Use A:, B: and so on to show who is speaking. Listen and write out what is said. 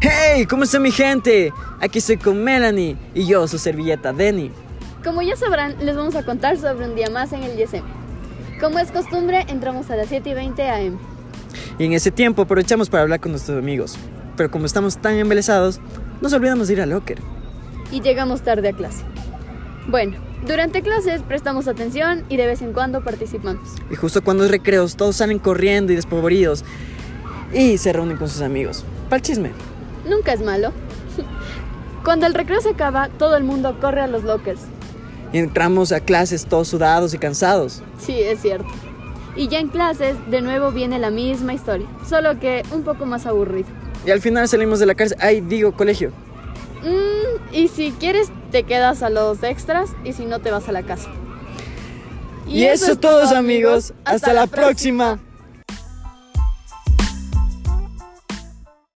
A: ¡Hey! ¿Cómo está mi gente? Aquí estoy con Melanie y yo, su servilleta Denny.
B: Como ya sabrán, les vamos a contar sobre un día más en el ISM. Como es costumbre, entramos a las 7 y 20 am.
A: Y en ese tiempo aprovechamos para hablar con nuestros amigos. Pero como estamos tan embelesados, nos olvidamos de ir al locker.
B: y llegamos tarde a clase. Bueno, durante clases prestamos atención y de vez en cuando participamos.
A: Y justo cuando es recreos, todos salen corriendo y despavoridos. Y se reúnen con sus amigos. Para el chisme.
B: Nunca es malo. Cuando el recreo se acaba, todo el mundo corre a los lockers.
A: Y entramos a clases todos sudados y cansados.
B: Sí, es cierto. Y ya en clases, de nuevo viene la misma historia, solo que un poco más aburrida.
A: Y al final salimos de la cárcel. ¡Ay, digo, colegio!
B: Mm, y si quieres, te quedas a los extras y si no, te vas a la casa.
A: Y, eso, es todo, amigos. Hasta, la próxima.